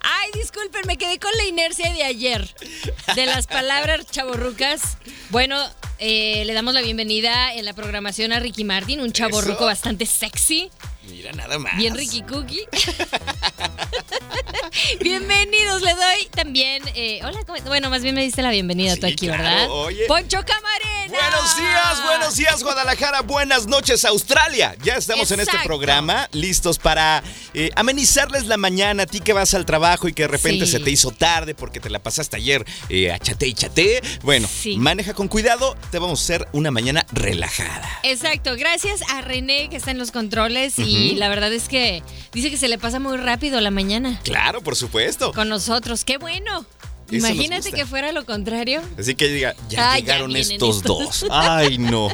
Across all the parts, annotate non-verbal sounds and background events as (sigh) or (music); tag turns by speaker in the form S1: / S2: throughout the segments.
S1: Ay, disculpen, me quedé con la inercia de ayer, de las palabras chaborrucas. Bueno, eh, le damos la bienvenida en la programación a Ricky Martin, un chaborruco
S2: Eso.
S1: bastante sexy,
S2: Mira nada más.
S1: bien Ricky Cookie. Bienvenidos, le doy también. eh, hola, ¿cómo- bueno, más bien me diste la bienvenida tú
S2: Sí,
S1: aquí,
S2: claro,
S1: ¿verdad?
S2: oye.
S1: Poncho Camarena.
S2: Buenos días, buenos días Guadalajara, buenas noches Australia. Ya estamos en este
S1: Exacto.
S2: programa, listos para eh, amenizarles la mañana a ti que vas al trabajo y que de repente
S1: Sí.
S2: se te hizo tarde porque te la pasaste ayer eh, a chate y chate. Bueno,
S1: Sí.
S2: maneja con cuidado, te vamos a hacer una mañana relajada.
S1: Exacto, gracias a René que está en los controles y la verdad es que dice que se le pasa muy rápido la mañana
S2: Claro, por supuesto.
S1: con nosotros. ¡Qué bueno!
S2: nos
S1: Imagínate
S2: gusta.
S1: que fuera lo contrario.
S2: Así que diga, ya
S1: Ah, ya
S2: llegaron
S1: vienen
S2: estos dos.
S1: (laughs)
S2: Ay, no.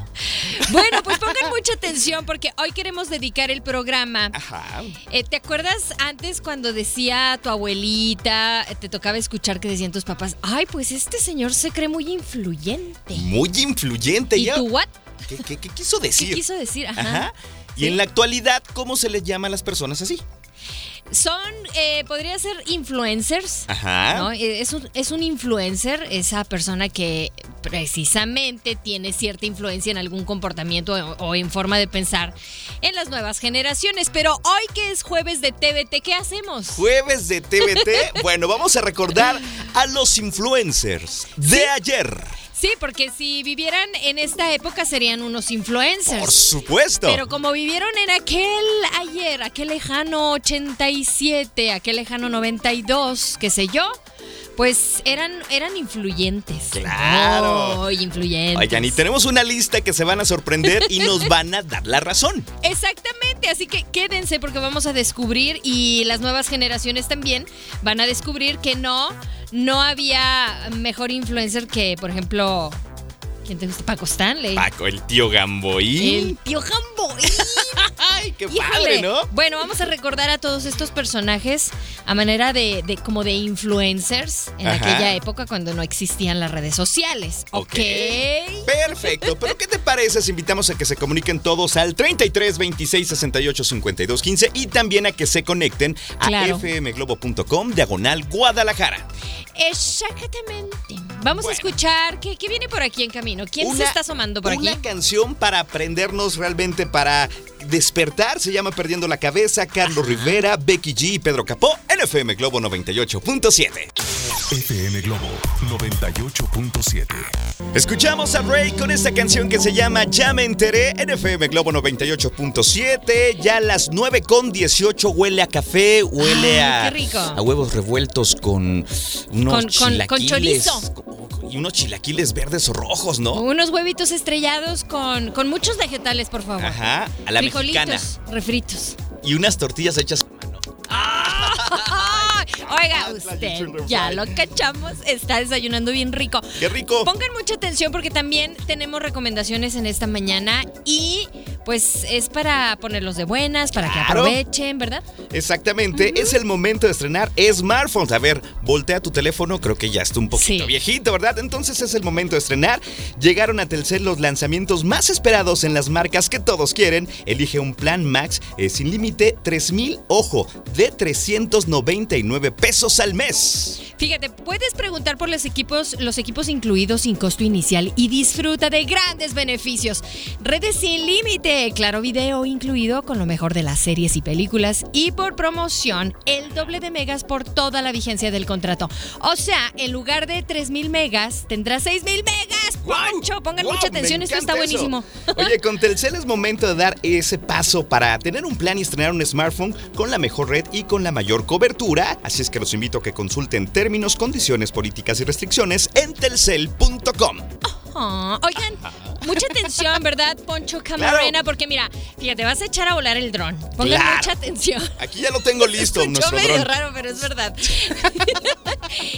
S1: Bueno, pues pongan mucha atención porque hoy queremos dedicar el programa.
S2: Ajá.
S1: Eh, ¿Te acuerdas antes cuando decía tu abuelita, eh, te tocaba escuchar que decían tus papás, ay, pues este señor se cree muy influyente?
S2: Muy influyente.
S1: ¿Y
S2: ya.
S1: tu what?
S2: ¿Qué, qué- qué quiso
S1: ¿Qué
S2: decir?
S1: quiso decir? Ajá.
S2: Ajá. Y
S1: Sí.
S2: en la actualidad, ¿cómo se les llama a las personas así?
S1: Son, eh, podría ser influencers.
S2: Ajá.
S1: ¿no? Eh, Es un, es un influencer, esa persona que precisamente tiene cierta influencia en algún comportamiento o, o en forma de pensar en las nuevas generaciones. Pero hoy que es jueves de TVT, ¿qué hacemos?
S2: Jueves
S1: (laughs)
S2: de TVT. bueno, vamos a recordar a los influencers de ayer.
S1: Sí, porque si vivieran en esta época serían unos influencers.
S2: Por supuesto.
S1: Pero como vivieron en aquel ayer, aquel lejano 87, aquel lejano 92, qué sé yo, pues eran, eran influyentes.
S2: Claro.
S1: Muy influyentes.
S2: Oigan, y tenemos una lista que se van a sorprender
S1: (laughs)
S2: y nos van a dar la razón.
S1: Exactamente, así que quédense porque vamos a descubrir y las nuevas generaciones también van a descubrir que no, no había mejor influencer que, por ejemplo, ¿quién te gusta? Paco Stanley.
S2: Paco, el tío
S1: El
S2: Gamboín.
S1: tío Gamboín.
S2: (laughs) Ay, qué
S1: Híjole.
S2: padre, ¿no?
S1: Bueno, vamos a recordar a todos estos personajes a manera de, de- como de influencers en
S2: Ajá.
S1: aquella época cuando no existían las redes sociales.
S2: Ok.
S1: ok.
S2: Perfecto, pero ¿qué te parece si invitamos a que se comuniquen todos al 33 26 68 52 15 y también a que se conecten a
S1: Claro.
S2: fmglobo.com diagonal Guadalajara?
S1: Exactamente. Vamos a
S2: Bueno.
S1: escuchar qué, qué viene por aquí en camino. ¿Quién se
S2: Una-
S1: está asomando por aquí?
S2: Una canción para aprendernos realmente, para despertar, se llama Perdiendo la Cabeza, Carlos Rivera, Becky G y Pedro Capó en FM Globo 98.7.
S3: FM Globo 98.7.
S2: Escuchamos a Ray con esta canción que se llama Ya me enteré en FM Globo 98.7. Ya a las 9 con 18 huele a café, huele
S1: Ah,
S2: a,
S1: qué rico.
S2: a huevos revueltos con unos
S1: Con- con-
S2: chilaquiles.
S1: con chorizo.
S2: con- Y unos chilaquiles verdes o rojos, ¿no?
S1: Unos huevitos estrellados con, con muchos vegetales, por favor.
S2: Ajá, a la
S1: Frijolitos,
S2: mexicana. (laughs)
S1: refritos.
S2: Y unas tortillas hechas a mano.
S1: ¡Ah! Oiga,
S2: Ay,
S1: usted
S2: Children
S1: ya
S2: Fry.
S1: lo cachamos, está desayunando bien rico.
S2: ¡Qué rico!
S1: Pongan mucha atención porque también tenemos recomendaciones en esta mañana y pues es para ponerlos de buenas, para que
S2: Claro.
S1: aprovechen, ¿verdad?
S2: Exactamente, es el momento de estrenar smartphones. A ver, voltea tu teléfono, creo que ya está un poquito
S1: Sí.
S2: viejito, ¿verdad? Entonces es el momento de estrenar. Llegaron a Telcel los lanzamientos más esperados en las marcas que todos quieren. Elige un plan Max eh, sin límite 3000, ojo, de 399 pesos al mes.
S1: Fíjate, puedes preguntar por los equipos, los equipos incluidos sin costo inicial y disfruta de grandes beneficios. Redes sin límite, tiene claro video incluido con lo mejor de las series y películas y por promoción el doble de megas por toda la vigencia del contrato. O sea, en lugar de 3000 megas, tendrá 6000 megas.
S2: ¡Guau!
S1: Poncho, pongan
S2: ¡Guau!
S1: mucha
S2: Me
S1: atención, esto está
S2: encanta eso.
S1: buenísimo. (laughs)
S2: Oye, con Telcel es momento de dar ese paso para tener un plan y estrenar un smartphone con la mejor red y con la mayor cobertura. Así es que los invito a que consulten términos, condiciones, políticas y restricciones en telcel.com.
S1: Ah, oigan, mucha atención, ¿verdad, Poncho
S2: (laughs)
S1: Camarena? Porque mira, fíjate, vas a echar a volar el dron. Pongan
S2: Claro.
S1: mucha atención.
S2: Aquí ya lo tengo listo,
S1: Escuchó
S2: nuestro
S1: medio
S2: dron.
S1: raro, pero es verdad. (laughs)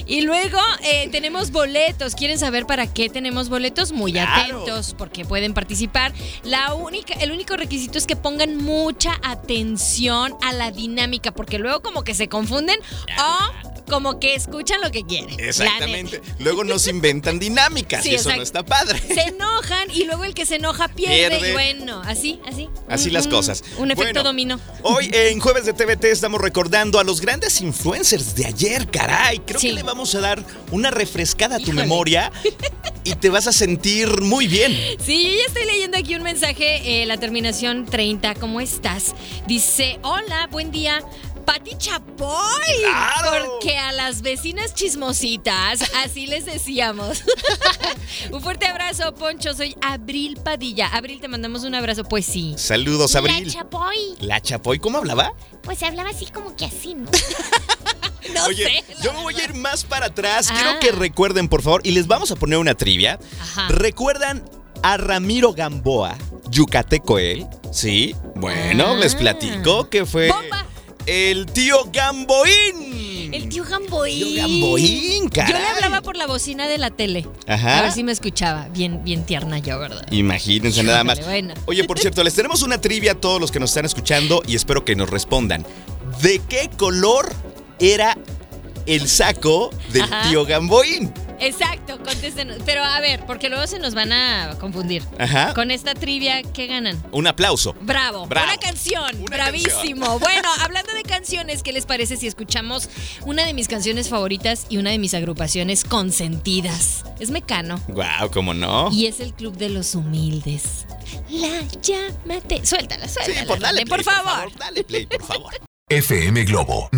S1: y luego eh, tenemos boletos. ¿Quieren saber para qué tenemos boletos? Muy
S2: Claro.
S1: atentos, porque pueden participar. La única, el único requisito es que pongan mucha atención a la dinámica, porque luego como que se confunden o como que escuchan lo que quieren. La
S2: Exactamente. Luego nos inventan dinámicas
S1: Sí,
S2: y eso
S1: exacto.
S2: no está padre.
S1: neta. Se enojan y luego el que se enoja pierde.
S2: Pierde.
S1: Y bueno, así, así.
S2: Así
S1: Un-
S2: las
S1: un-
S2: cosas.
S1: Un efecto
S2: Bueno,
S1: dominó.
S2: Hoy en Jueves de TVT estamos recordando a los grandes influencers de ayer, caray. Creo
S1: Sí.
S2: que le vamos a dar una refrescada a tu
S1: Híjole.
S2: memoria y te vas a sentir muy bien.
S1: Sí, yo ya estoy leyendo aquí un mensaje, eh, la terminación 30, ¿cómo estás? Dice, hola, buen día. Pati Chapoy,
S2: ¡Claro!
S1: porque a las vecinas chismositas, así les decíamos. (laughs) un fuerte abrazo, Poncho, soy Abril Padilla. Abril, te mandamos un abrazo, pues sí.
S2: Saludos, Abril.
S4: La Chapoy,
S2: La Chapoy, ¿cómo hablaba?
S4: pues hablaba así como que así,
S2: (laughs)
S4: ¿no?
S1: No
S2: Oye,
S1: sé, la
S2: yo me voy a ir más para atrás.
S1: Ah.
S2: Quiero que recuerden, por favor, y les vamos a poner una trivia.
S1: Ajá.
S2: ¿Recuerdan a Ramiro Gamboa, yucateco él? Sí. Bueno,
S1: Ah.
S2: les platico que fue
S1: Bomba.
S2: el tío Gamboín.
S1: El tío Gamboín.
S2: Tío Gamboín, caray. ¿Ah?
S1: Yo le hablaba por la bocina de la tele.
S2: Ajá.
S1: A ver si me escuchaba. Bien, bien tierna yo, ¿verdad?
S2: Imagínense nada más.
S1: Híjole, bueno.
S2: Oye, por cierto, les tenemos una trivia a todos los que nos están escuchando y espero que nos respondan. ¿De qué color era el saco del
S1: Ajá.
S2: tío Gamboín?
S1: Exacto, contéstenos. Pero a ver, porque luego se nos van a confundir.
S2: Ajá.
S1: Con esta trivia, ¿qué ganan?
S2: Un aplauso.
S1: Bravo,
S2: Bravo.
S1: una canción,
S2: Una
S1: bravísimo. Bueno, hablando de canciones, ¿qué les parece si escuchamos una de mis canciones favoritas y una de mis agrupaciones consentidas? Es Mecano
S2: Wow, ¿cómo no?
S1: y es el Club de los Humildes. La llámate. Suéltala, suéltala.
S2: por, dale
S1: René, por
S2: play,
S1: favor.
S2: Dale play, por favor.
S5: FM Globo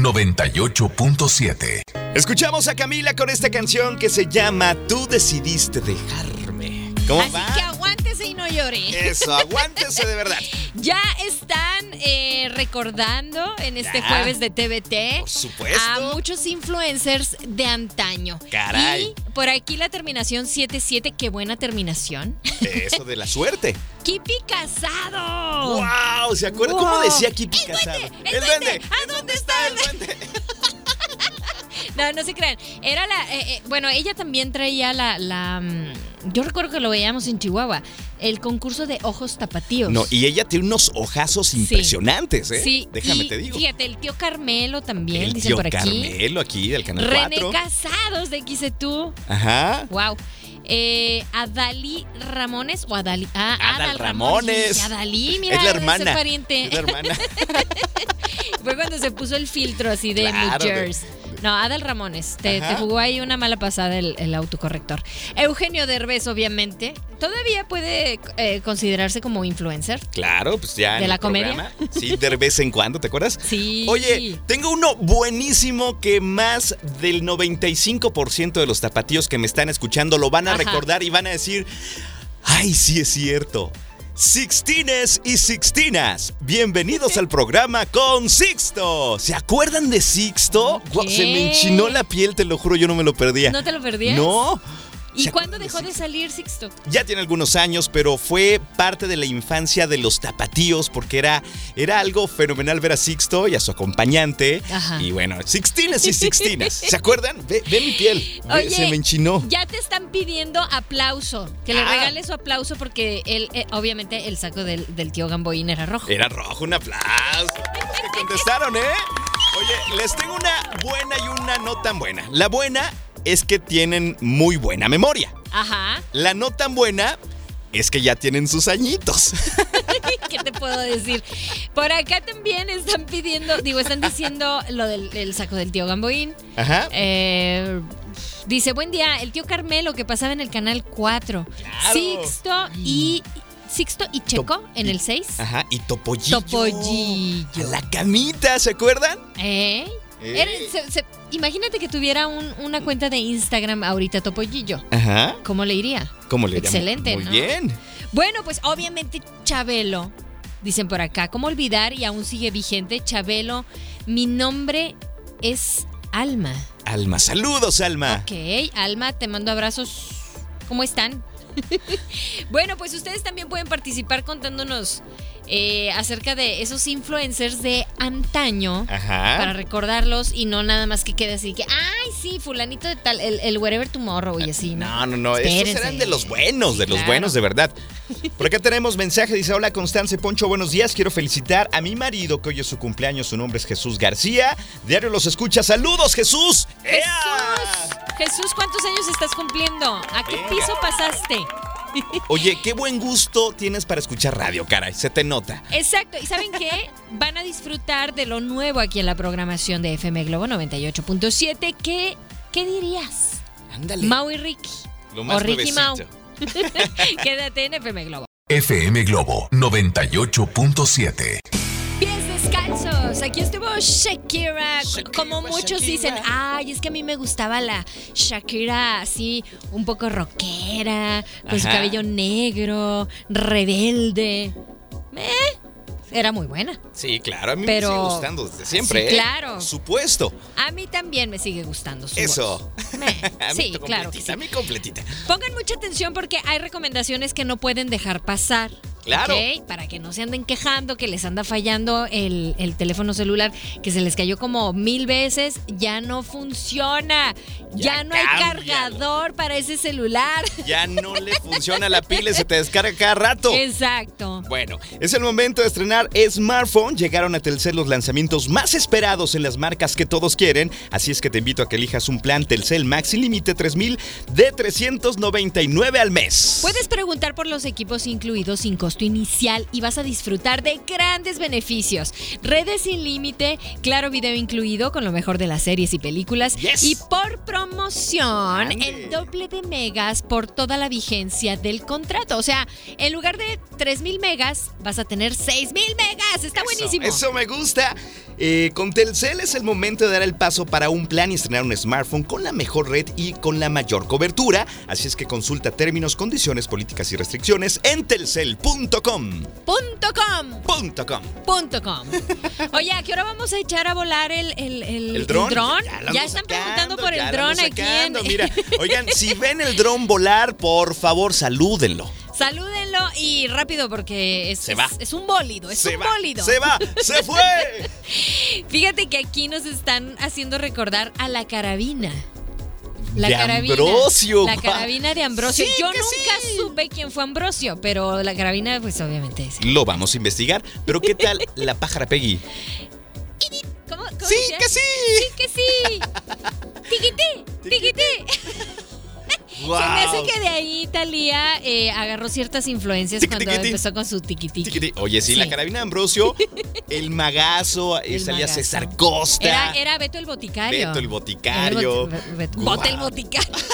S5: 98.7.
S2: Escuchamos a Camila con esta canción que se llama Tú decidiste dejarme. ¿Cómo
S1: Así
S2: va?
S1: que aguántese y no llore.
S2: Eso, aguántese de verdad.
S1: Ya están eh, recordando en este
S2: Ya.
S1: jueves de TVT
S2: Por supuesto.
S1: a muchos influencers de antaño.
S2: Caray.
S1: Y por aquí la terminación 77, qué buena terminación. (laughs)
S2: Eso de la suerte.
S1: Kipi Casado.
S2: ¡Wow! ¿Se acuerdan
S1: Wow.
S2: cómo decía Kipi
S1: Oh. ¡El
S2: Casado?
S1: duende! ¡El duende! Ah, ¿A
S2: ¿En
S1: dónde
S2: está el
S1: (laughs) está
S2: duende?
S1: No, no se crean. Era la. eh, eh, bueno, ella también traía la. la, mm, yo recuerdo que lo veíamos en Chihuahua. El concurso de ojos tapatíos.
S2: (laughs) No, y ella tiene unos ojazos impresionantes, ¿eh?
S1: Sí,
S2: Déjame
S1: y
S2: te digo.
S1: Fíjate, el tío Carmelo también,
S2: el
S1: dicen
S2: tío
S1: por aquí.
S2: Carmelo aquí del canal
S1: René
S2: 4.
S1: Casados de E Quise Tú.
S2: Ajá.
S1: Wow. Eh, Adali Ramones o Adali. Ah,
S2: Adal
S1: Adal
S2: Ramones.
S1: Ramones. Adali, mira,
S2: es la
S1: debe ser
S2: hermana.
S1: pariente.
S2: Es la hermana. (laughs)
S1: Fue cuando se puso el filtro así de
S2: Claro,
S1: New
S2: de-
S1: Jersey. No, Adal Ramones. Te,
S2: Ajá.
S1: te jugó ahí una mala pasada el, el autocorrector. Eugenio Derbez, obviamente. Todavía puede eh, considerarse como influencer.
S2: Claro, pues ya. en
S1: ¿De
S2: el
S1: la comedia?
S2: programa. Sí, de vez en cuando, ¿te acuerdas?
S1: Sí.
S2: Oye, tengo uno buenísimo que más del 95% de los tapatíos que me están escuchando lo van a
S1: Ajá.
S2: recordar y van a decir, ay, sí es cierto. Sixtines y Sixtinas, bienvenidos al programa con Sixto. ¿Se acuerdan de Sixto? Guau, se me
S1: Ok.
S2: enchinó la piel, te lo juro, yo no me lo perdía.
S1: ¿No te lo perdías?
S2: No.
S1: ¿Y
S2: ¿Se
S1: cuándo
S2: acuerdan
S1: dejó de
S2: Sixto?
S1: salir Sixto?
S2: ya tiene algunos años, pero fue parte de la infancia de los tapatíos porque era, era algo fenomenal ver a Sixto y a su acompañante.
S1: Ajá.
S2: Y bueno, Sixtinas y Sixtinas. ¿Se acuerdan? Ve, ve mi piel. Ve,
S1: Oye,
S2: se me enchinó.
S1: Ya te están pidiendo aplauso. Que le
S2: Ah.
S1: regales su aplauso porque él, eh, obviamente, el saco del, del tío Gamboín era rojo.
S2: Era rojo, un aplauso. Los que contestaron, ¿eh? Oye, les tengo una buena y una no tan buena. La buena es que tienen muy buena memoria.
S1: Ajá.
S2: La no tan buena es que ya tienen sus añitos. (laughs)
S1: ¿Qué te puedo decir? Por acá también están pidiendo, digo, están diciendo lo del el saco del tío Gamboín.
S2: Ajá.
S1: Eh, dice, buen día, el tío Carmelo que pasaba en el canal 4.
S2: Claro.
S1: Sixto y Sixto y Checo en el 6.
S2: Ajá, y Topollillo.
S1: Topollillo.
S2: A la camita, ¿se acuerdan?
S1: ¿Eh?
S2: Ey.
S1: Era- se- se- imagínate que tuviera un- una cuenta de Instagram ahorita Topollillo.
S2: Ajá.
S1: ¿Cómo le iría?
S2: ¿Cómo le llaman?
S1: Excelente,
S2: Muy
S1: ¿no?
S2: bien.
S1: Bueno, pues obviamente Chabelo. Dicen por acá, ¿cómo olvidar? Y aún sigue vigente. Chabelo, mi nombre es Alma.
S2: Alma, saludos, Alma.
S1: Ok, Alma, te mando abrazos. ¿Cómo están? (laughs) bueno, pues ustedes también pueden participar contándonos eh, acerca de esos influencers de antaño.
S2: Ajá.
S1: Para recordarlos y no nada más que quede así que, ay, sí, fulanito de tal, el, el wherever tomorrow y así.
S2: Ah, No, no, no. Estos
S1: Espérense.
S2: eran de los buenos, de
S1: Sí,
S2: los
S1: claro.
S2: buenos, de verdad.
S1: (laughs)
S2: Por acá tenemos mensaje. Dice: Hola, Constance Poncho, buenos días. Quiero felicitar a mi marido que hoy es su cumpleaños. Su nombre es Jesús García. Diario los escucha. ¡Saludos, Jesús!
S1: Jesús, Jesús, ¿cuántos años estás cumpliendo? ¿A qué
S2: Venga.
S1: piso pasaste?
S2: Oye, qué buen gusto tienes para escuchar radio, caray. Se te nota.
S1: Exacto, ¿y saben qué? Van a disfrutar de lo nuevo aquí en la programación de FM Globo 98.7. ¿Qué, ¿Qué dirías?
S2: Ándale.
S1: Mau y Ricky. (laughs)
S2: lo más
S1: o Ricky
S2: nuevecito.
S1: Mau. Quédate en FM Globo.
S5: FM Globo 98.7.
S1: Pies descalzos. Aquí estuvo Shakira.
S2: Shakira,
S1: Como muchos
S2: Shakira.
S1: dicen, ay, es que a mí me gustaba la Shakira así, un poco rockera, con su
S2: Ajá.
S1: cabello negro, rebelde. Eh, era muy buena.
S2: Sí, claro. A mí
S1: Pero-
S2: me sigue gustando desde siempre.
S1: Sí,
S2: ¿eh?
S1: claro.
S2: Supuesto.
S1: A mí también me sigue gustando su
S2: Eso.
S1: voz. Eh,
S2: (laughs) A mí
S1: sí,
S2: completita,
S1: claro que sí.
S2: A mí completita.
S1: Pongan mucha atención porque hay recomendaciones que no pueden dejar pasar.
S2: Claro.
S1: ¿ok? Para que no se anden quejando, que les anda fallando el, el teléfono celular, que se les cayó como mil veces, ya no funciona. Ya,
S2: Ya
S1: no hay
S2: cámbialo.
S1: cargador para ese celular.
S2: Ya no le funciona la pila y se te descarga cada
S1: (laughs)
S2: rato.
S1: Exacto.
S2: Bueno, es el momento de estrenar smartphone. Llegaron a Telcel los lanzamientos más esperados en las marcas que todos quieren. Así es que te invito a que elijas un plan Telcel Max sin límite 3000 de 399 al mes.
S1: Puedes preguntar por los equipos incluidos sin costo inicial y vas a disfrutar de grandes beneficios. Redes sin límite, claro video incluido con lo mejor de las series y películas.
S2: Yes.
S1: Y por promoción,
S2: Ande.
S1: el doble de megas por toda la vigencia del contrato. O sea, en lugar de 3.000 megas, vas a tener 6.000 megas. Está buenísimo.
S2: Eso me gusta. Eh, con Telcel es el momento de dar el paso para un plan y estrenar un smartphone con la mejor red y con la mayor cobertura. Así es que consulta términos, condiciones, políticas y restricciones en telcel.com.
S1: Punto com.
S2: Punto com.
S1: Punto com. (laughs) Oye, ¿a qué hora vamos a echar a volar el, el, el-
S2: ¿El dron?
S1: el dron?
S2: lo
S1: Ya,
S2: ando
S1: están preguntando
S2: sacando,
S1: por
S2: ya
S1: el
S2: lo
S1: dron
S2: ando
S1: aquí en, (laughs)
S2: sacando, Mira, oigan, si ven el dron volar, por favor, salúdenlo.
S1: Salúdenlo y rápido porque es,
S2: Se
S1: es-
S2: va.
S1: es un bólido, es un
S2: va,
S1: bólido.
S2: se va, se fue.
S1: Fíjate que aquí nos están haciendo recordar a la carabina. La
S2: De
S1: carabina.
S2: Ambrosio,
S1: La
S2: guau.
S1: carabina de Ambrosio.
S2: Sí,
S1: Yo
S2: que
S1: nunca
S2: sí.
S1: supe quién fue Ambrosio, pero la carabina, pues obviamente es.
S2: Lo vamos a investigar, pero ¿qué tal la pájara Peggy?
S1: ¿Cómo, cómo
S2: Sí,
S1: decía?
S2: que sí.
S1: Sí, que
S2: (laughs)
S1: sí. Tiquití, tiquití.
S2: Wow.
S1: Se me hace que de ahí Talía eh, agarró ciertas influencias
S2: Tiqui,
S1: cuando
S2: tiqui, ti.
S1: empezó con su tiquití.
S2: Tiquití. Oye, sí, la
S1: Sí.
S2: carabina de
S1: (laughs)
S2: Ambrosio, el magazo, eh,
S1: El
S2: salía
S1: magazo.
S2: César Costa,
S1: Era, era Beto el Boticario.
S2: Beto el
S1: Beto-
S2: boticario.
S1: Beto-
S2: Guau.
S1: Bote el Boticario.
S2: (laughs)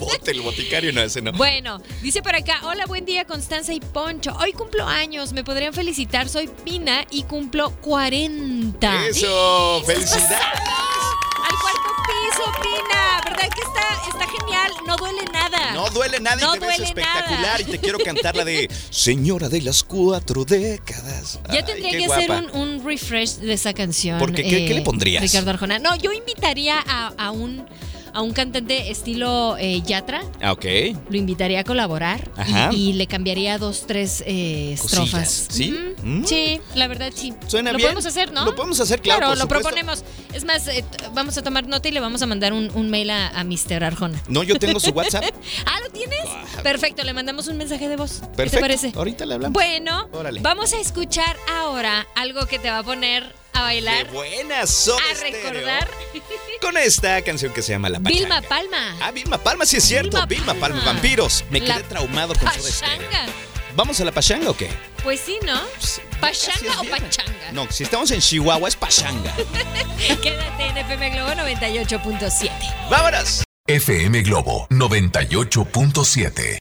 S2: Bote el boticario, no, ese no.
S1: Bueno, dice por acá, hola, buen día Constanza y Poncho. Hoy cumplo años, me podrían felicitar, soy Pina y cumplo 40.
S2: Eso, felicidades.
S1: Al cuarto piso, Pina, ¿verdad que está, está genial? No duele nada.
S2: No duele nada
S1: No
S2: y te ves
S1: duele
S2: espectacular
S1: nada.
S2: y te quiero cantar la de Señora de las cuatro décadas.
S1: Ya
S2: Ay,
S1: tendría
S2: qué
S1: que
S2: guapa.
S1: hacer un, un refresh de esa canción. eh,
S2: Porque, ¿qué- qué le pondrías?
S1: Ricardo Arjona. No, yo invitaría a, a un, a un cantante estilo eh, Yatra.
S2: Ah, ok.
S1: Lo invitaría a colaborar y-
S2: Ajá.
S1: y, le cambiaría dos, tres eh,
S2: Cosillas,
S1: estrofas.
S2: ¿sí?
S1: Ujú.
S2: Mm.
S1: Sí, la verdad sí.
S2: Suena
S1: lo
S2: bien.
S1: podemos hacer, ¿no?
S2: Lo podemos hacer, claro.
S1: Claro,
S2: por
S1: lo
S2: supuesto.
S1: proponemos. Es más, eh, t- vamos a tomar nota y le vamos a mandar un, un mail a, a Mr. Arjona.
S2: No, yo tengo
S1: (laughs)
S2: su WhatsApp.
S1: ¿Ah, lo tienes?
S2: Guau.
S1: Perfecto, le mandamos un mensaje de voz. ¿Qué
S2: Perfecto.
S1: te parece?
S2: Ahorita le hablamos.
S1: Bueno,
S2: Órale.
S1: vamos a escuchar ahora algo que te va a poner a bailar,
S2: Qué buenas son
S1: a
S2: Estéreo.
S1: recordar.
S2: Con esta canción que se llama La Pachanga.
S1: Vilma Palma.
S2: Ah, Vilma Palma, sí es cierto.
S1: Vilma
S2: Vilma Palma,
S1: Palma.
S2: vampiros. Me
S1: La
S2: quedé traumado con todo esto.
S1: Pachanga.
S2: ¿Vamos a la pachanga o qué?
S1: Pues sí, ¿no?
S2: Pues, ya casi es
S1: ¿Pachanga o
S2: viernes.
S1: pachanga?
S2: No, si estamos en Chihuahua es pachanga.
S1: (laughs) Quédate en FM Globo 98.7.
S2: ¡Vámonos!
S5: FM Globo 98.7.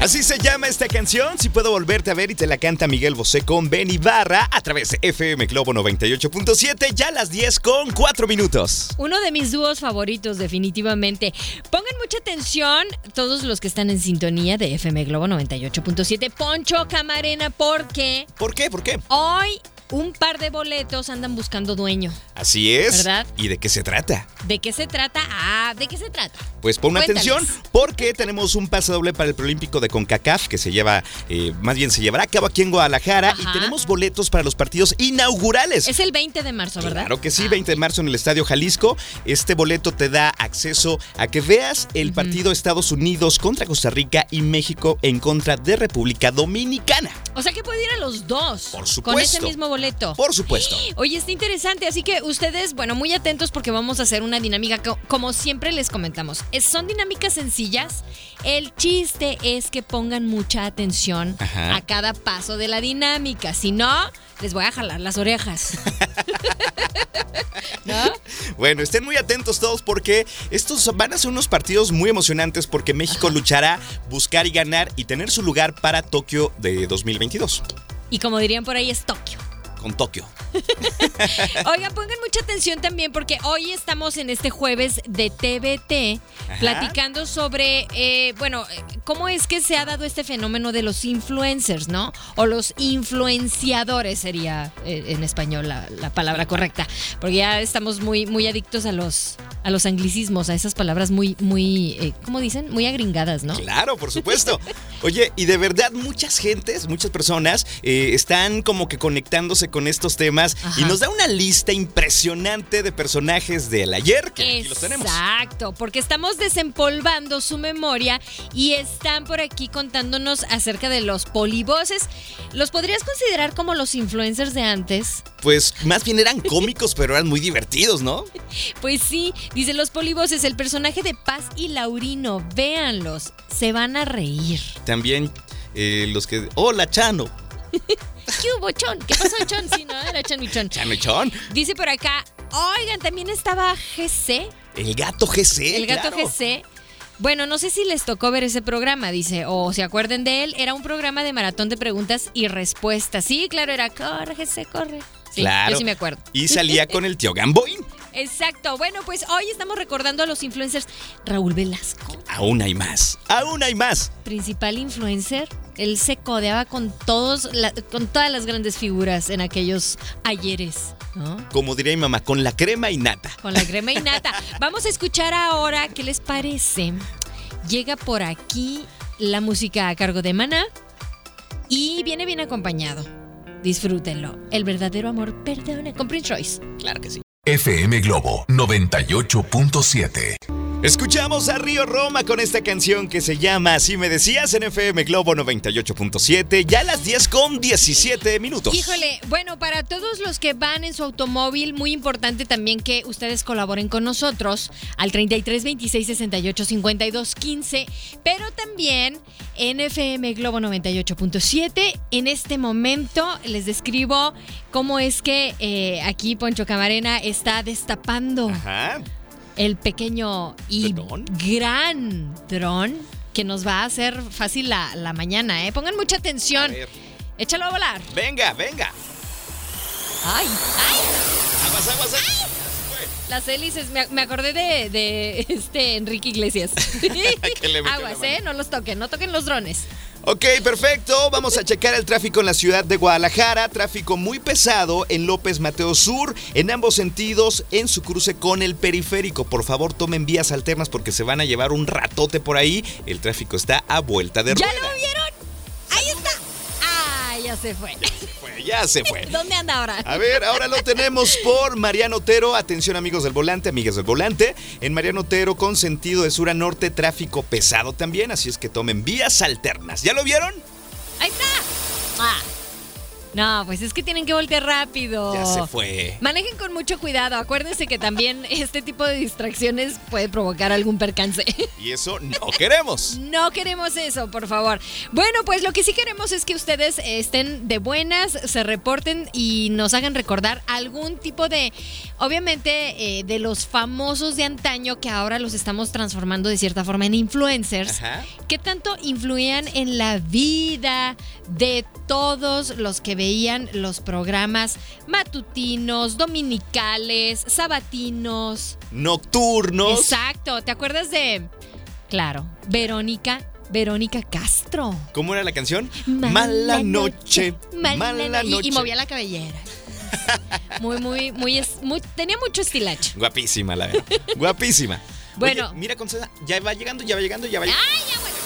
S2: Así se llama esta canción. Si puedo volverte a ver y te la canta Miguel Bosé con Ben Ibarra a través de FM Globo 98.7, ya a las 10 con 4 minutos.
S1: Uno de mis dúos favoritos, definitivamente. Pongan mucha atención todos los que están en sintonía de FM Globo 98.7. Poncho Camarena, porque
S2: ¿Por qué? ¿Por qué?
S1: hoy un par de boletos andan buscando dueño.
S2: Así es.
S1: ¿Verdad?
S2: ¿Y de qué se trata?
S1: ¿De qué se trata? Ah, ¿de qué se trata?
S2: Pues pon
S1: Cuéntales.
S2: atención porque tenemos un pase doble para el preolímpico de CONCACAF que se lleva, eh, más bien se llevará a cabo aquí en Guadalajara
S1: Ajá.
S2: y tenemos boletos para los partidos inaugurales.
S1: Es el 20 de marzo, ¿verdad?
S2: Claro que sí,
S1: Ah,
S2: 20 de marzo en el Estadio Jalisco. Este boleto te da acceso a que veas el partido Estados Unidos contra Costa Rica y México en contra de República Dominicana.
S1: O sea que puede ir a los dos.
S2: Por
S1: Con ese
S2: supuesto.
S1: mismo boleto.
S2: Por supuesto.
S1: Oye, está interesante, así que ustedes, bueno, muy atentos porque vamos a hacer una dinámica co- como siempre les comentamos. Es- Son dinámicas sencillas. El chiste es que pongan mucha atención
S2: Ajá.
S1: a cada paso de la dinámica. Si no, les voy a jalar las orejas. ¿No?
S2: Bueno, estén muy atentos todos porque estos van a ser unos partidos muy emocionantes porque México luchará buscar y ganar y tener su lugar para Tokio de 2022.
S1: Y como dirían por ahí, es Tokio.
S2: Con Tokio.
S1: Oigan, pongan mucha atención también porque hoy estamos en este jueves de TBT
S2: Ajá.
S1: platicando sobre, eh, bueno, eh, cómo es que se ha dado este fenómeno de los influencers, ¿no? O los influenciadores sería eh, en español la, la palabra correcta, porque ya estamos muy, muy adictos a los, a los anglicismos, a esas palabras muy, muy, eh, ¿cómo dicen? Muy agringadas, ¿no?
S2: Claro, por supuesto. Oye, y de verdad muchas gentes, muchas personas eh, están como que conectándose con estos temas
S1: Ajá.
S2: y nos da una lista impresionante de personajes del ayer que aquí los tenemos.
S1: Exacto, porque estamos desempolvando su memoria y están por aquí contándonos acerca de los polivoces. ¿Los podrías considerar como los influencers de antes?
S2: Pues más bien eran cómicos, pero eran muy divertidos, ¿no?
S1: Pues sí, dice los polivoces, el personaje de Paz y Laurino, véanlos, se van a
S2: (laughs)
S1: reír.
S2: También eh, los que... Hola, Chano.
S1: ¿Qué hubo, Chon? ¿Qué pasó, Chon? Sí, no, era Chon mi Chon.
S2: Chano y Chon.
S1: Dice por acá, oigan, también estaba GC,
S2: El gato GC.
S1: El gato
S2: claro.
S1: GC. Bueno, no sé si les tocó ver ese programa, dice, o se acuerden de él. Era un programa de maratón de preguntas y respuestas. Sí, claro, era corre, GC, corre. Sí,
S2: Claro.
S1: yo sí me acuerdo.
S2: Y salía con el tío Gamboín.
S1: Exacto. Bueno, pues hoy estamos recordando a los influencers. Raúl Velasco,
S2: Aún hay más. Aún hay más.
S1: principal influencer. Él se codeaba con todos, la- con todas las grandes figuras en aquellos ayeres, ¿no?
S2: Como diría mi mamá, con la crema y nata.
S1: Con la crema y nata. Vamos a escuchar ahora qué les parece. Llega por aquí la música a cargo de Mana y viene bien acompañado. Disfrútenlo. El verdadero amor perdona con Prince Royce.
S2: Claro que sí.
S5: FM Globo 98.7.
S2: Escuchamos a Río Roma con esta canción que se llama Así me decías en FM Globo 98.7, ya a las 10 con 17 minutos.
S1: Híjole, bueno, para todos los que van en su automóvil, muy importante también que ustedes colaboren con nosotros al 33 26 68 52 15, pero también en FM Globo 98.7. En este momento les describo cómo es que eh, aquí Poncho Camarena está destapando
S2: Ajá.
S1: el pequeño y
S2: ¿Dron?
S1: gran dron que nos va a hacer fácil la, la mañana, ¿eh? Pongan mucha
S2: A
S1: atención.
S2: ver,
S1: Échalo a volar.
S2: venga, venga.
S1: ¡Ay! ¡Ay!
S2: Aguas, aguas, aguas.
S1: Las hélices, me, me acordé de, de, (laughs) este Enrique Iglesias.
S2: (laughs)
S1: (laughs)
S2: Que le metió
S1: Aguas,
S2: la mano.
S1: ¿eh? No los toquen, no toquen los drones.
S2: Ok, perfecto. Vamos a checar el tráfico en la ciudad de Guadalajara. Tráfico muy pesado en López Mateo Sur, en ambos sentidos, en su cruce con el periférico. Por favor, tomen vías alternas porque se van a llevar un ratote por ahí. El tráfico está a vuelta de
S1: ¿Ya
S2: rueda.
S1: lo vieron? ¡Ahí está! ¡Ah, ya se fue!
S2: Fue, Ah. ya se fue.
S1: (laughs) ¿Dónde anda ahora?
S2: A ver, ahora lo tenemos por Mariano Otero. Atención amigos del volante, amigas del volante. En Mariano Otero con sentido de sur a norte, tráfico pesado también, así es que tomen vías alternas. ¿Ya lo vieron?
S1: ¡Ahí está! ¡Ah! No, pues es que tienen que voltear rápido.
S2: Ya se fue.
S1: Manejen con mucho cuidado. Acuérdense que también este tipo de distracciones puede provocar algún percance. (laughs)
S2: Y eso no queremos.
S1: No queremos eso, por favor. Bueno, pues lo que sí queremos es que ustedes estén de buenas, se reporten y nos hagan recordar algún tipo de, obviamente, eh, de los famosos de antaño que ahora los estamos transformando de cierta forma en influencers.
S2: Ajá.
S1: ¿Qué tanto influían en la vida de todos los que veían los programas matutinos, dominicales, sabatinos?
S2: Nocturnos.
S1: Exacto, ¿te acuerdas de... Claro, Verónica, Verónica Castro.
S2: ¿Cómo era la canción? Mala noche. Mala
S1: no- y-
S2: noche.
S1: Y, movía la
S2: (laughs)
S1: cabellera. Muy, muy, muy, es- muy- Tenía mucho estilacho.
S2: Guapísima, la
S1: (laughs)
S2: verdad. Guapísima.
S1: Bueno.
S2: Oye, mira, Conceda, ya va llegando, ya va llegando, ya va llegando.
S1: ¡Ay, ya bueno!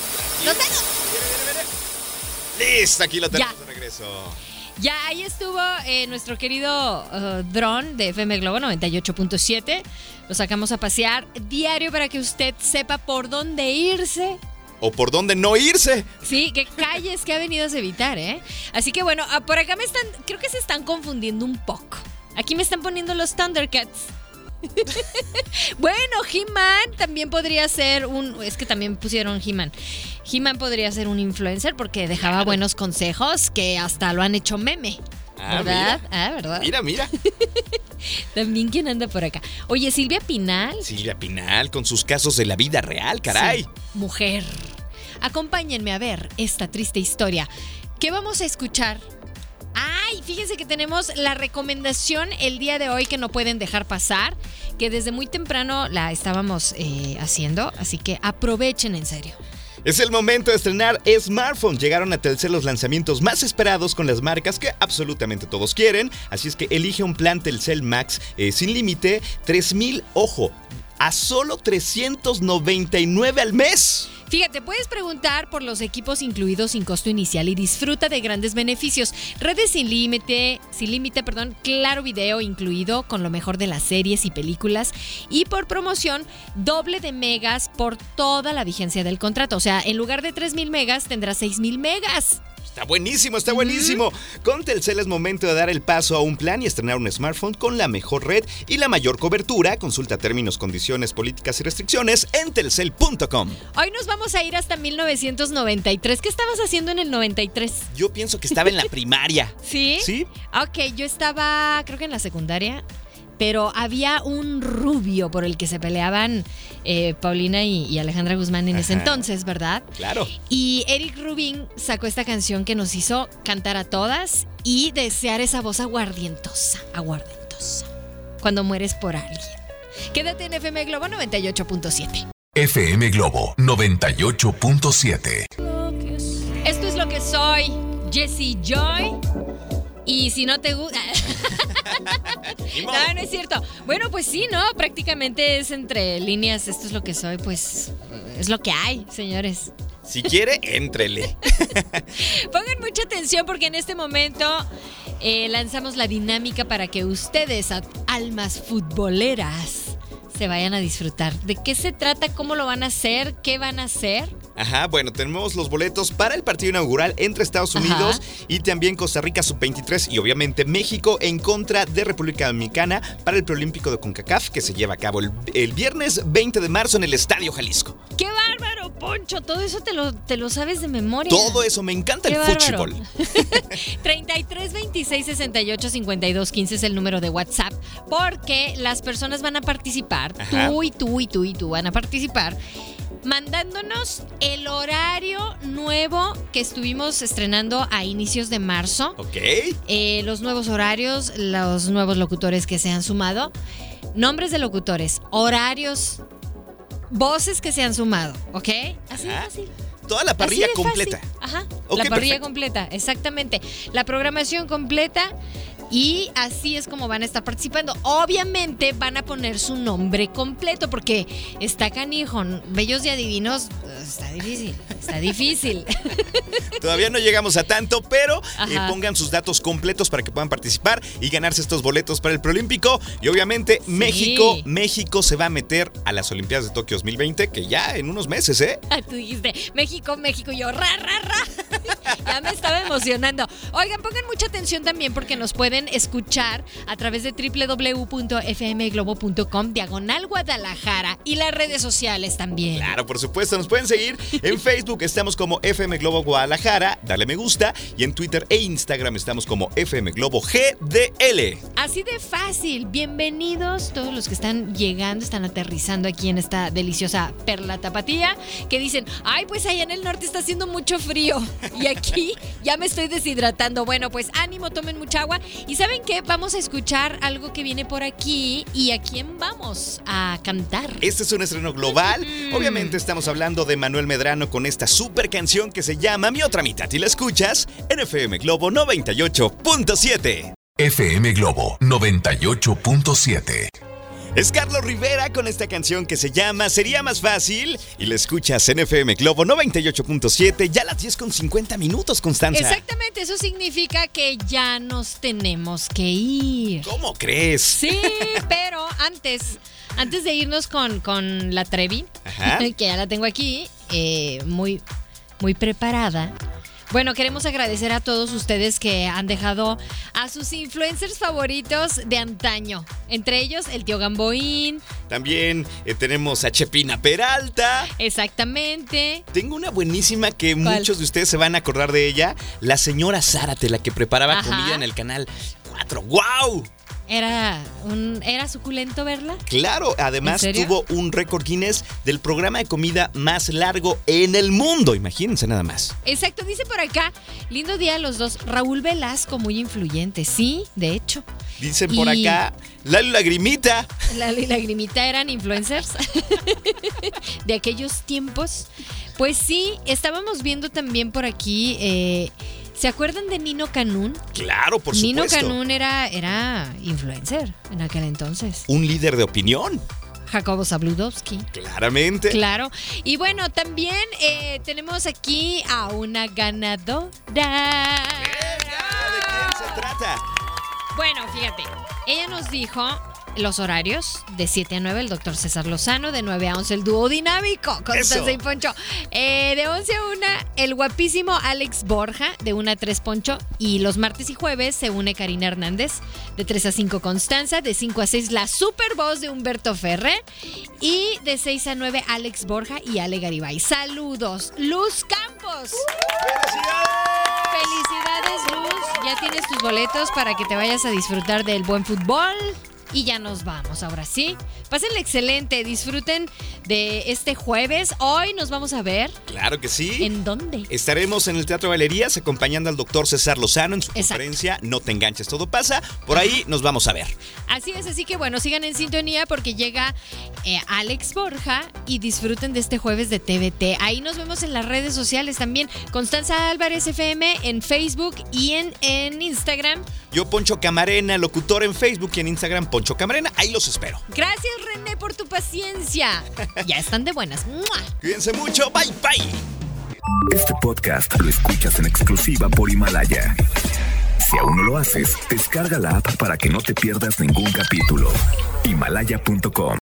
S1: ¡Lo tengo!
S2: Listo, aquí lo tenemos
S1: Ya.
S2: de regreso.
S1: Ya ahí estuvo eh, nuestro querido eh, dron de FM Globo 98.7. Lo sacamos a pasear diario para que usted sepa por dónde irse
S2: O por dónde no irse.
S1: Sí, qué calles que ha venido a evitar, ¿eh? Así que bueno, ah, por acá me están, creo que se están confundiendo un poco. Aquí me están poniendo los Thundercats. (laughs) bueno, He-Man también podría ser un. Es que también pusieron He-Man. He-Man podría ser un influencer porque dejaba buenos consejos que hasta lo han hecho meme.
S2: Ah,
S1: ¿Verdad? Ah, ¿verdad?
S2: Mira, mira.
S1: También quién anda por acá. Oye, Silvia Pinal.
S2: Silvia Pinal con sus casos de la vida real, caray.
S1: Sí, mujer, acompáñenme a ver esta triste historia. ¿Qué vamos a escuchar? Ay, fíjense que tenemos la recomendación el día de hoy que no pueden dejar pasar, que desde muy temprano la estábamos eh, haciendo, así que aprovechen en serio.
S2: Es el momento de estrenar smartphone. Llegaron a Telcel los lanzamientos más esperados con las marcas que absolutamente todos quieren. Así es que elige un plan Telcel Max eh, sin límite, 3000, ojo, a solo 399 al mes.
S1: Fíjate, puedes preguntar por los equipos incluidos sin costo inicial y disfruta de grandes beneficios. Redes sin límite, sin límite, perdón, claro video incluido con lo mejor de las series y películas y por promoción doble de megas por toda la vigencia del contrato. O sea, en lugar de 3000 megas tendrás 6000 megas.
S2: Está buenísimo, está buenísimo. Con Telcel es momento de dar el paso a un plan y estrenar un smartphone con la mejor red y la mayor cobertura. Consulta términos, condiciones, políticas y restricciones en telcel.com.
S1: Hoy nos vamos a ir hasta 1993. ¿Qué estabas haciendo en el 93?
S2: Yo pienso que estaba en la primaria.
S1: ¿Sí?
S2: ¿Sí?
S1: Ah, Ok, yo estaba, creo que en la secundaria, pero había un rubio por el que se peleaban eh, Paulina y, y Alejandra Guzmán en ese
S2: Ajá.
S1: entonces, ¿verdad?
S2: Claro.
S1: Y Eric Rubin sacó esta canción que nos hizo cantar a todas y desear esa voz aguardientosa, aguardientosa, cuando mueres por alguien. Quédate en FM Globo 98.7.
S5: FM Globo 98.7.
S1: Esto es lo que soy, Jessie Joy. Y si no te gusta... No, no es cierto. Bueno, pues sí, ¿no? Prácticamente es entre líneas, esto es lo que soy, pues es lo que hay, señores.
S2: Si quiere, éntrele.
S1: Pongan mucha atención porque en este momento eh, lanzamos la dinámica para que ustedes, a- almas futboleras, se vayan a disfrutar. ¿De qué se trata? ¿Cómo lo van a hacer? ¿Qué van a hacer?
S2: Ajá, bueno, tenemos los boletos para el partido inaugural entre Estados Unidos y también Costa Rica sub-23 y obviamente México en contra de República Dominicana para el preolímpico de CONCACAF que se lleva a cabo el, el viernes 20 de marzo en el Estadio Jalisco.
S1: ¡Qué bárbaro, Poncho! Todo eso te lo, te lo sabes de memoria.
S2: Todo eso, me encanta el
S1: Qué bárbaro.
S2: fútbol.
S1: 33 26 68 52 15 es el número de WhatsApp porque las personas van a participar,
S2: Ajá.
S1: tú y tú y tú y tú van a participar mandándonos el horario nuevo que estuvimos estrenando a inicios de marzo,
S2: Ok,
S1: eh, los nuevos horarios, los nuevos locutores que se han sumado, nombres de locutores, horarios, voces que se han sumado, ¿ok? Así de
S2: Ajá.
S1: fácil.
S2: toda la
S1: Así
S2: parrilla
S1: de
S2: completa.
S1: fácil. Ajá.
S2: Ok,
S1: la parrilla
S2: perfecto.
S1: completa, exactamente. La programación completa y así es como van a estar participando. Obviamente van a poner su nombre completo porque está canijo, bellos y adivinos, está difícil, está difícil. (laughs)
S2: Todavía no llegamos a tanto, pero eh,
S1: Ajá.
S2: pongan sus datos completos para que puedan participar y ganarse estos boletos para el Prolímpico. Y obviamente México, México se va a meter a las Olimpiadas de Tokio 2020, que ya en unos meses, ¿eh?
S1: Tú dijiste México, México, y yo ra (laughs) ra ra. Ya me estaba emocionando. Oigan, pongan mucha atención también porque nos pueden escuchar a través de www.fmglobo.com, diagonal Guadalajara y las redes sociales también.
S2: Claro, por supuesto, nos pueden seguir en Facebook, estamos como FM Globo Guadalajara, dale me gusta, y en Twitter e Instagram estamos como FM Globo GDL.
S1: Así de fácil. Bienvenidos todos los que están llegando, están aterrizando aquí en esta deliciosa perla tapatía, que dicen, ay, pues allá en el norte está haciendo mucho frío (laughs) y aquí ya me estoy deshidratando. Bueno, pues ánimo, tomen mucha agua. Y saben qué, vamos a escuchar algo que viene por aquí y a quién vamos a cantar.
S2: Este es un estreno global.
S1: Mm.
S2: Obviamente estamos hablando de Manuel Medrano con esta super canción que se llama Mi otra mitad y la escuchas en FM Globo 98.7.
S5: FM Globo 98.7.
S2: Es Carlos Rivera con esta canción que se llama Sería más fácil y la escuchas en FM Globo 98.7 ya a las 10 con 50 minutos, Constanza.
S1: Exactamente, eso significa que ya nos tenemos que ir.
S2: ¿Cómo crees?
S1: Sí, pero antes, antes de irnos con, con la Trevi, (laughs)
S2: Ajá.
S1: que ya la tengo aquí, eh, muy, muy preparada. Bueno, queremos agradecer a todos ustedes que han dejado a sus influencers favoritos de antaño. Entre ellos, el tío Gamboín,
S2: También eh, tenemos a Chepina Peralta.
S1: exactamente.
S2: Tengo una buenísima que
S1: ¿Cuál?
S2: muchos de ustedes se van a acordar de ella, la señora Zárate, la que preparaba
S1: Ajá.
S2: comida en el canal 4. ¡Wow!
S1: Era, un, era suculento verla.
S2: Claro, además
S1: ¿En serio?
S2: tuvo un récord Guinness del programa de comida más largo en el mundo. Imagínense nada más.
S1: Exacto, dice por acá, lindo día a los dos. Raúl Velasco, muy influyente. Sí, de hecho.
S2: Dicen por
S1: Y-
S2: acá, la lagrimita.
S1: Lalo y Lagrimita eran influencers (laughs) de aquellos tiempos. Pues sí, estábamos viendo también por aquí. eh, ¿Se acuerdan de Nino Canún?
S2: Claro, por
S1: Nino
S2: supuesto.
S1: Canún era, era influencer en aquel entonces.
S2: Un líder de opinión,
S1: Jacobo Zabludowski.
S2: claramente.
S1: Claro. Y bueno, también eh, tenemos aquí a una ganadora.
S2: Venga, ¿De quién se trata?
S1: Bueno, fíjate, ella nos dijo los horarios de 7 a 9 el doctor César Lozano, de 9 a 11 el dúo dinámico Constanza
S2: Eso.
S1: y Poncho, Eh, de 11 a 1 el guapísimo Alex Borja, de 1 a 3 Poncho y los martes y jueves se une Karina Hernández, de 3 a 5 Constanza, de 5 a 6 la super voz de Humberto Ferrer y de 6 a 9 Alex Borja y Ale Garibay. Saludos, Luz Campos.
S2: ¡Felicidades!
S1: Felicidades, Luz. Ya tienes tus boletos para que te vayas a disfrutar del buen fútbol. Y ya nos vamos, ahora sí. Pásenle excelente, disfruten de este jueves. Hoy nos vamos a ver.
S2: Claro que sí.
S1: ¿En dónde?
S2: Estaremos en el Teatro Galerías acompañando al doctor César Lozano en su
S1: Exacto.
S2: conferencia No te enganches, todo pasa. Por ahí nos vamos a ver.
S1: Así es, así que bueno, sigan en sintonía porque llega eh, Alex Borja y disfruten de este jueves de TVT. Ahí nos vemos en las redes sociales también. Constanza Álvarez FM en Facebook y en, en Instagram.
S2: Yo, Poncho Camarena, locutor en Facebook y en Instagram, Poncho Camarena. Ahí los espero.
S1: Gracias, René, por tu paciencia. Ya están de buenas. ¡Mua!
S2: Cuídense mucho. Bye, bye.
S3: Este podcast lo escuchas en exclusiva por Himalaya. Si aún no lo haces, descarga la app para que no te pierdas ningún capítulo. Himalaya.com